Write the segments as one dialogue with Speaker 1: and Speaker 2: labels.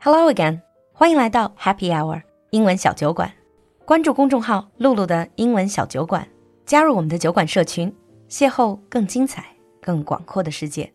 Speaker 1: Hello again，欢迎来到 Happy Hour 英文小酒馆。关注公众号“露露的英文小酒馆”，加入我们的酒馆社群，邂逅更精彩、更广阔的世界。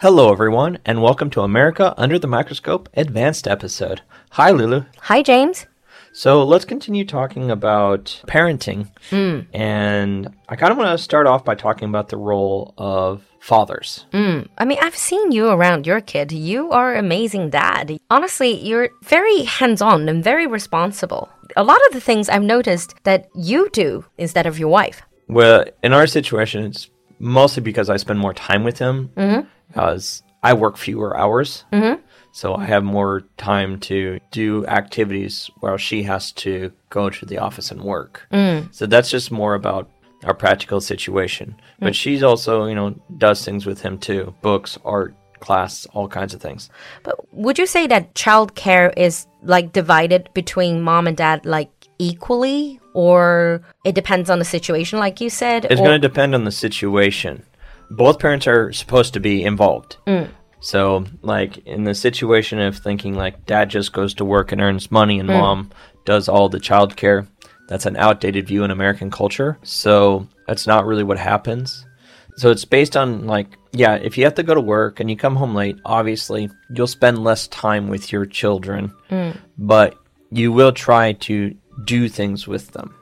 Speaker 2: Hello, everyone, and welcome to America Under the Microscope Advanced episode. Hi, Lulu.
Speaker 1: Hi James，
Speaker 2: So let's continue talking about parenting.
Speaker 1: Hmm.
Speaker 2: And I kind of want to start off by talking about the role of fathers.
Speaker 1: I mean, I've seen you around your kid. You are amazing dad. Honestly, you're very hands-on and very responsible. A lot of the things I've noticed that you do instead of your wife.
Speaker 2: Well, in our situation, it's mostly because I spend more time with him as I work fewer hours. So I have more time to do activities while she has to go to the office and work. So that's just more about our practical situation. But she's also, you know, does things with him too books, art, class, all kinds of things.
Speaker 1: But would you say that childcare is like divided between mom and dad like equally or it depends on the situation like you said
Speaker 2: It's
Speaker 1: or-
Speaker 2: going to depend on the situation. Both parents are supposed to be involved. So, like in the situation of thinking like dad just goes to work and earns money and mom does all the childcare, that's an outdated view in American culture. So, that's not really what happens. So, it's based on like, yeah, if you have to go to work and you come home late, obviously you'll spend less time with your children, but you will try to do things with them.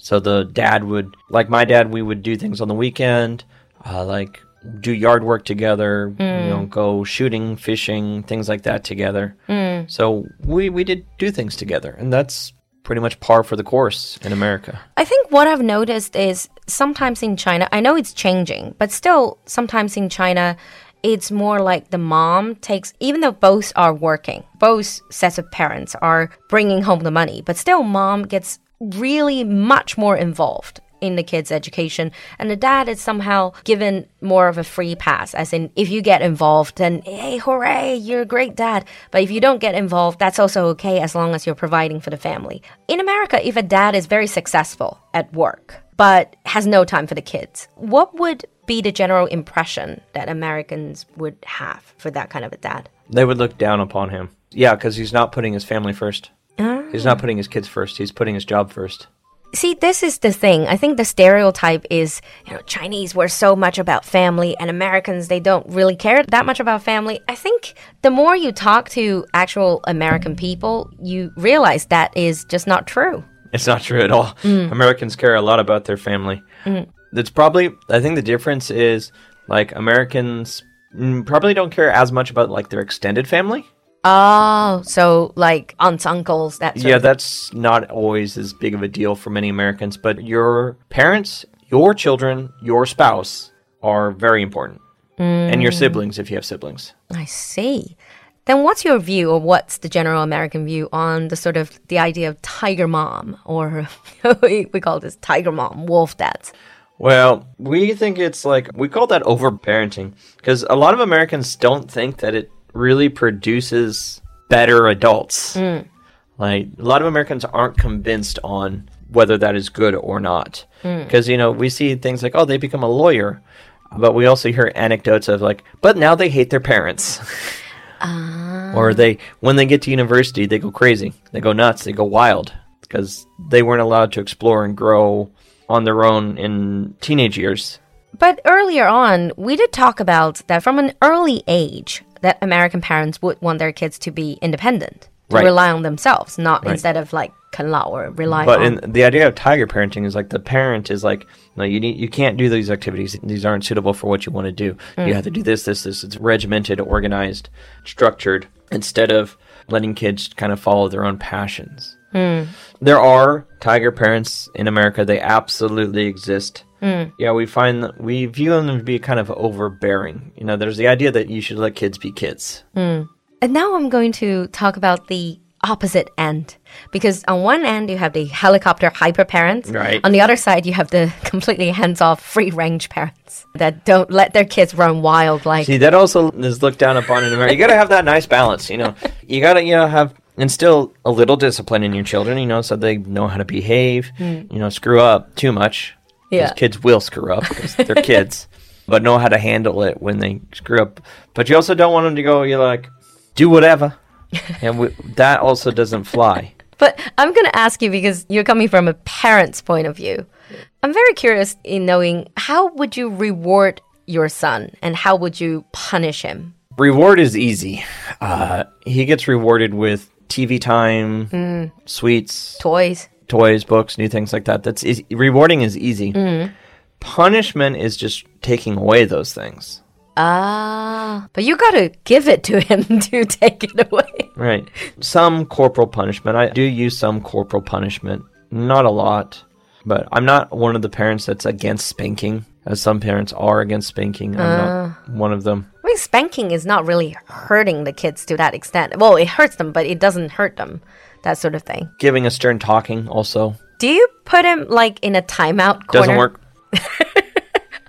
Speaker 2: So the dad would, like my dad, we would do things on the weekend, uh, like do yard work together, you know, go shooting, fishing, things like that together. So we we did do things together, and that's pretty much par for the course in America.
Speaker 1: I think what I've noticed is sometimes in China, I know it's changing, but still, sometimes in China, it's more like the mom takes, even though both are working, both sets of parents are bringing home the money, but still, mom gets really much more involved in the kid's education. And the dad is somehow given more of a free pass, as in, if you get involved, then hey, hooray, you're a great dad. But if you don't get involved, that's also okay as long as you're providing for the family. In America, if a dad is very successful at work, but has no time for the kids, what would be the general impression that Americans would have for that kind of a dad?
Speaker 2: They would look down upon him, yeah, because he's not putting his family first. He's not putting his kids first. He's putting his job first.
Speaker 1: See, this is the thing. I think the stereotype is, you know, Chinese, we're so much about family, and Americans, they don't really care that much about family. I think the more you talk to actual American people, you realize that is just not true.
Speaker 2: It's not true at all. Americans care a lot about their family. That's probably, I think the difference is like Americans mm, probably don't care as much about like their extended family.
Speaker 1: Oh, so like aunts, uncles, that sort
Speaker 2: Yeah,
Speaker 1: of
Speaker 2: that's not always as big of a deal for many Americans, but your parents, your children, your spouse are very important. And your siblings, if you have siblings.
Speaker 1: I see. Then what's your view or what's the general American view on the sort of the idea of tiger mom or we we call this tiger mom, wolf dads?
Speaker 2: Well, we think it's like we call that overparenting because a lot of Americans don't think that it really produces better adults. Like a lot of Americans aren't convinced on whether that is good or not. Because you know, we see things like oh, they become a lawyer, but we also hear anecdotes of like, but now they hate their parents. Or they when they get to university, they go crazy. They go nuts, they go wild because they weren't allowed to explore and grow on their own in teenage years.
Speaker 1: But earlier on, we did talk about that from an early age that American parents would want their kids to be independent, to
Speaker 2: Right.
Speaker 1: rely on themselves, not instead of like 啃老 or rely
Speaker 2: But
Speaker 1: on.
Speaker 2: in the idea of tiger parenting is like the parent is like, no, you need, you can't do these activities. These aren't suitable for what you want to do. You have to do this, this, this. It's regimented, organized, structured, instead of letting kids kind of follow their own passions. There are tiger parents in America. They absolutely exist. Yeah, we find that we view them to be kind of overbearing. You know, there's the idea that you should let kids be kids.
Speaker 1: And now I'm going to talk about the opposite end because on one end you have the helicopter hyper parents
Speaker 2: Right.
Speaker 1: on the other side you have the completely hands-off free range parents that don't let their kids run wild like
Speaker 2: See, that also is looked down upon in America. You gotta have that nice balance, you know. You gotta, you know, have instill a little discipline in your children, you know, so they know how to behave. You know, screw up too much. 'cause
Speaker 1: Yeah.
Speaker 2: kids will screw up because they're kids, but know how to handle it when they screw up. But you also don't want them to go. You're like, do whatever. and we, that also doesn't fly.
Speaker 1: But I'm going to ask you because you're coming from a parent's point of view. I'm very curious in knowing how would you reward your son and how would you punish him?
Speaker 2: Reward is easy. Uh, he gets rewarded with TV time, sweets,
Speaker 1: Toys.
Speaker 2: toys, books, new things like that. That's easy. rewarding is easy. Punishment is just taking away those things.
Speaker 1: Ah, but you got to give it to him to take it away.
Speaker 2: Right. Some corporal punishment. I do use some corporal punishment. Not a lot, but I'm not one of the parents that's against spanking, as some parents are against spanking. I'm not one of them.
Speaker 1: I mean, spanking is not really hurting the kids to that extent. Well, it hurts them, but it doesn't hurt them. That sort of thing.
Speaker 2: Giving a stern talking also
Speaker 1: Do you put him like in a timeout corner?
Speaker 2: doesn't work.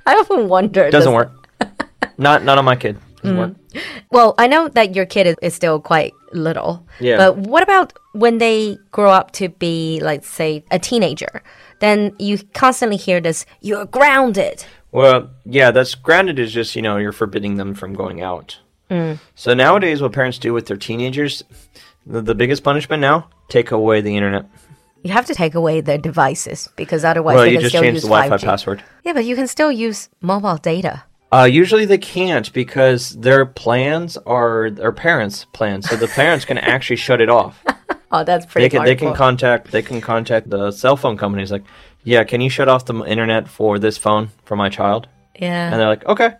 Speaker 1: I often wonder.
Speaker 2: Doesn't
Speaker 1: this-
Speaker 2: work. not not on my kid. Doesn't work.
Speaker 1: Well, I know that your kid is, is still quite little.
Speaker 2: Yeah.
Speaker 1: But what about when they grow up to be, like, say, a teenager? Then you constantly hear this, you're grounded.
Speaker 2: Well, yeah, that's grounded is just, you know, you're forbidding them from going out.
Speaker 1: Mm.
Speaker 2: So nowadays, what parents do with their teenagers, the, the biggest punishment now, take away the internet.
Speaker 1: You have to take away their devices because otherwise
Speaker 2: Well,
Speaker 1: they
Speaker 2: you
Speaker 1: can
Speaker 2: just
Speaker 1: still
Speaker 2: change
Speaker 1: use
Speaker 2: the Wi Fi
Speaker 1: 5G.
Speaker 2: password.
Speaker 1: Yeah, but you can still use mobile data.
Speaker 2: Uh, usually they can't because their plans are their parents' plans, so the parents can actually shut it off.
Speaker 1: Oh, that's pretty
Speaker 2: They can they can
Speaker 1: hardcore.
Speaker 2: contact they can contact the cell phone companies like, yeah, can you shut off the m- internet for this phone for my child?
Speaker 1: yeah.
Speaker 2: And they're like, okay,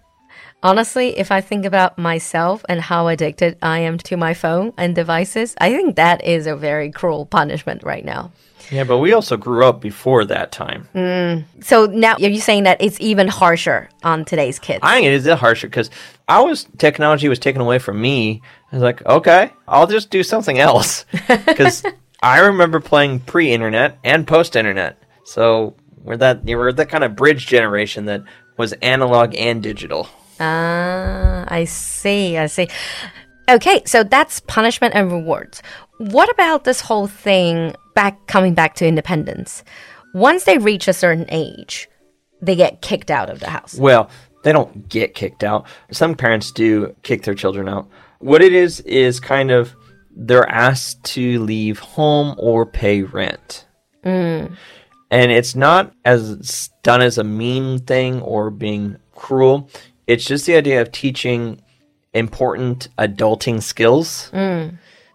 Speaker 1: Honestly, if I think about myself and how addicted I am to my phone and devices, I think that is a very cruel punishment right now.
Speaker 2: yeah, but we also grew up before that time.
Speaker 1: So now are you saying that it's even harsher on today's kids?
Speaker 2: I think it is a harsher because I was technology was taken away from me. I was like, okay, I'll just do something else because I remember playing pre-internet and post-internet. So we're that you were that kind of bridge generation that was analog and digital.
Speaker 1: Ah, I see. I see. Okay, so that's punishment and rewards. What about this whole thing back coming back to independence? Once they reach a certain age, they get kicked out of the house.
Speaker 2: Well, they don't get kicked out. Some parents do kick their children out. What it is is kind of they're asked to leave home or pay rent. And it's not as it's done as a mean thing or being cruel. It's just the idea of teaching important adulting skills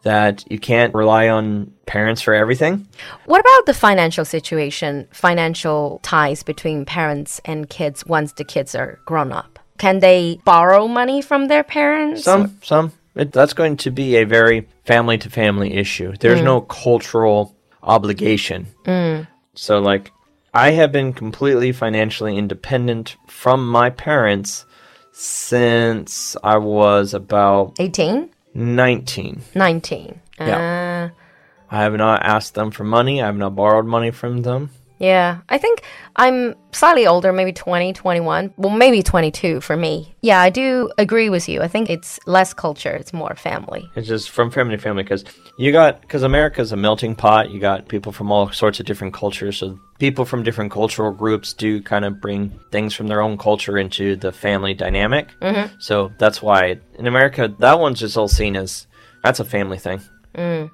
Speaker 2: that you can't rely on parents for everything.
Speaker 1: What about the financial situation, financial ties between parents and kids once the kids are grown up? Can they borrow money from their parents?
Speaker 2: Some, some. It, that's going to be a very family to family issue. There's no cultural obligation. So, like, I have been completely financially independent from my parents since I was about
Speaker 1: 18,
Speaker 2: 19.
Speaker 1: 19. Uh,
Speaker 2: Yeah. I have not asked them for money, I have not borrowed money from them.
Speaker 1: Yeah, I think I'm slightly older, maybe 20, 21, well, maybe 22 for me. Yeah, I do agree with you. I think it's less culture, it's more family.
Speaker 2: It's just from family to family because you got because America's a melting pot. You got people from all sorts of different cultures. So people from different cultural groups do kind of bring things from their own culture into the family dynamic. So that's why in America that one's just all seen as that's a family thing,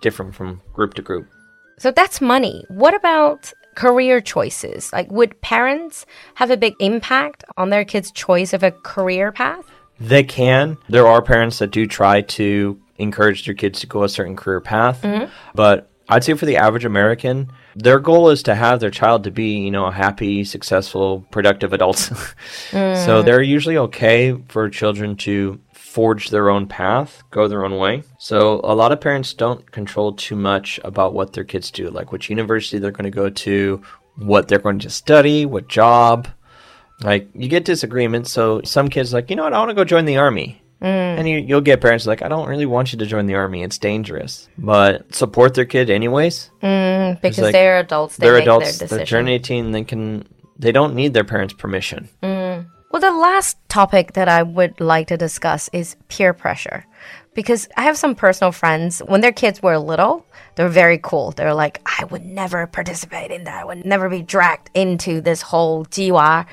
Speaker 2: different from group to group.
Speaker 1: So that's money. What about career choices? Like, would parents have a big impact on their kids' choice of a career path?
Speaker 2: They can. There are parents that do try to encourage their kids to go a certain career path, but I'd say for the average American, their goal is to have their child to be, you know, a happy, successful, productive adults. So they're usually okay for children to forge their own path, go their own way. So a lot of parents don't control too much about what their kids do, like which university they're going to go to, what they're going to study, what job like you get disagreements so some kids like you know what i want to go join the army
Speaker 1: Mm.
Speaker 2: and you, you'll get parents like i don't really want you to join the army it's dangerous but support their kid anyways
Speaker 1: Because
Speaker 2: like,
Speaker 1: they're adults, they
Speaker 2: they're
Speaker 1: make
Speaker 2: adults
Speaker 1: their
Speaker 2: they're
Speaker 1: decision.
Speaker 2: turning 18 they can they don't need their parents permission
Speaker 1: Mm. Well, the last topic that I would like to discuss is peer pressure. Because I have some personal friends, when their kids were little, they're very cool. They're like, I would never participate in that. I would never be dragged into this whole jiwa.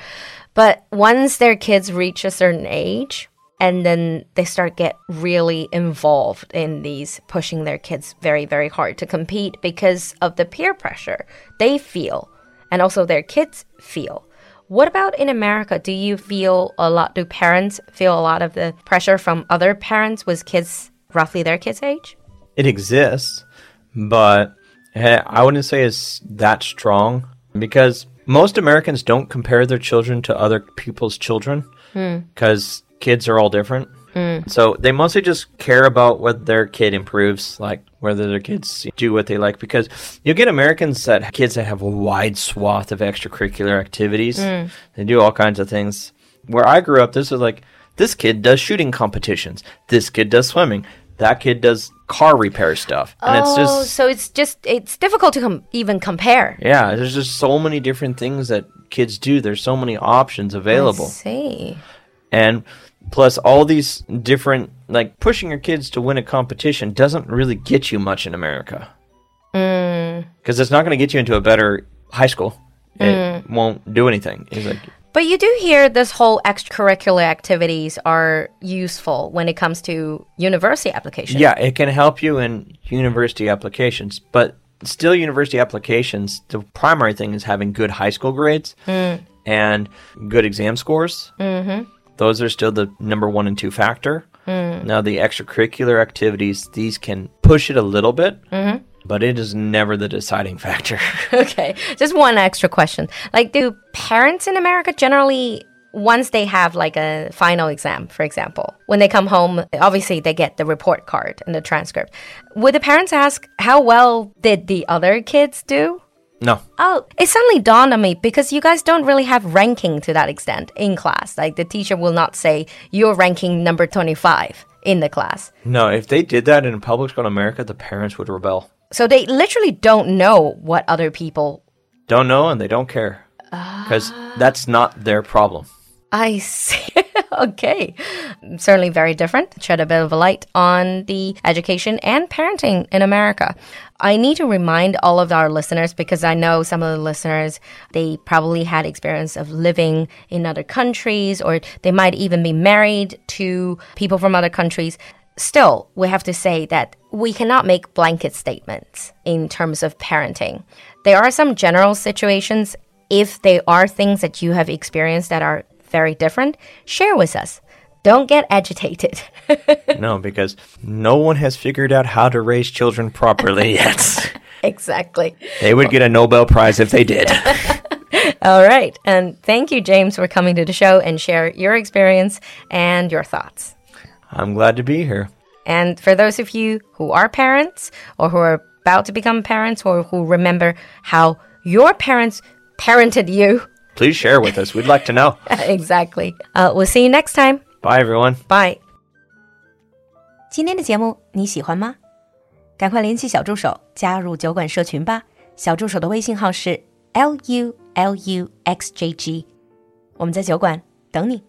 Speaker 1: But once their kids reach a certain age, and then they start get really involved in these pushing their kids very very hard to compete because of the peer pressure they feel and also their kids feel what about in america do you feel a lot do parents feel a lot of the pressure from other parents with kids roughly their kids age
Speaker 2: It exists, but eh, I wouldn't say it's that strong because most Americans don't compare their children to other people's children because kids are all different. So they mostly just care about what their kid improves, like whether their kids do what they like. Because you get Americans that kids that have a wide swath of extracurricular activities. They do all kinds of things. Where I grew up, this was like this kid does shooting competitions, this kid does swimming, that kid does car repair stuff, and it's
Speaker 1: oh
Speaker 2: just
Speaker 1: so it's just it's difficult to com- even compare
Speaker 2: yeah, there's just so many different things that kids do. There's so many options available.
Speaker 1: see
Speaker 2: and plus all these different like pushing your kids to win a competition doesn't really get you much in america because it's not going to get you into a better high school it won't do anything it's like
Speaker 1: But you do hear this whole extracurricular activities are useful when it comes to university applications.
Speaker 2: yeah it can help you in university applications but still university applications the primary thing is having good high school grades and good exam scores Mm. mm-hmm. those are still the number one and two factor now the extracurricular activities these can push it a little bit mm-hmm. but it is never the deciding factor
Speaker 1: Okay. Just one extra question. Like, do parents in America generally, once they have like a final exam, for example, when they come home, obviously they get the report card and the transcript. Would the parents ask, how well did the other kids do?
Speaker 2: no
Speaker 1: Oh, it suddenly dawned on me because you guys don't really have ranking to that extent in class. Like the teacher will not say you're ranking number 25 in the class.
Speaker 2: no if they did that in public school in america the parents would rebel
Speaker 1: So they literally don't know what other people.
Speaker 2: don't know and they don't care because that's not their problem
Speaker 1: I see. okay. Certainly very different. Shed a bit of a light on the education and parenting in America. I need to remind all of our listeners because I know some of the listeners, they probably had experience of living in other countries or they might even be married to people from other countries. Still, we have to say that we cannot make blanket statements in terms of parenting. There are some general situations. If they are things that you have experienced that are very different, share with us. Don't get agitated.
Speaker 2: no because no one has figured out how to raise children properly yet
Speaker 1: exactly.
Speaker 2: They would get a Nobel Prize if they did.
Speaker 1: All right. And thank you, James, for coming to the show and share your experience and your thoughts.
Speaker 2: I'm glad to be here.
Speaker 1: And for those of you who are parents or who are about to become parents or who remember how your parents parented you,
Speaker 2: Please share with us. We'd like to know.
Speaker 1: exactly. Uh, we'll see you next time.
Speaker 2: Bye, everyone.
Speaker 1: Bye. 今天的节目你喜欢吗？赶快联系小助手加入酒馆社群吧。小助手的微信号是 l u l u x j g，我们在酒馆等你。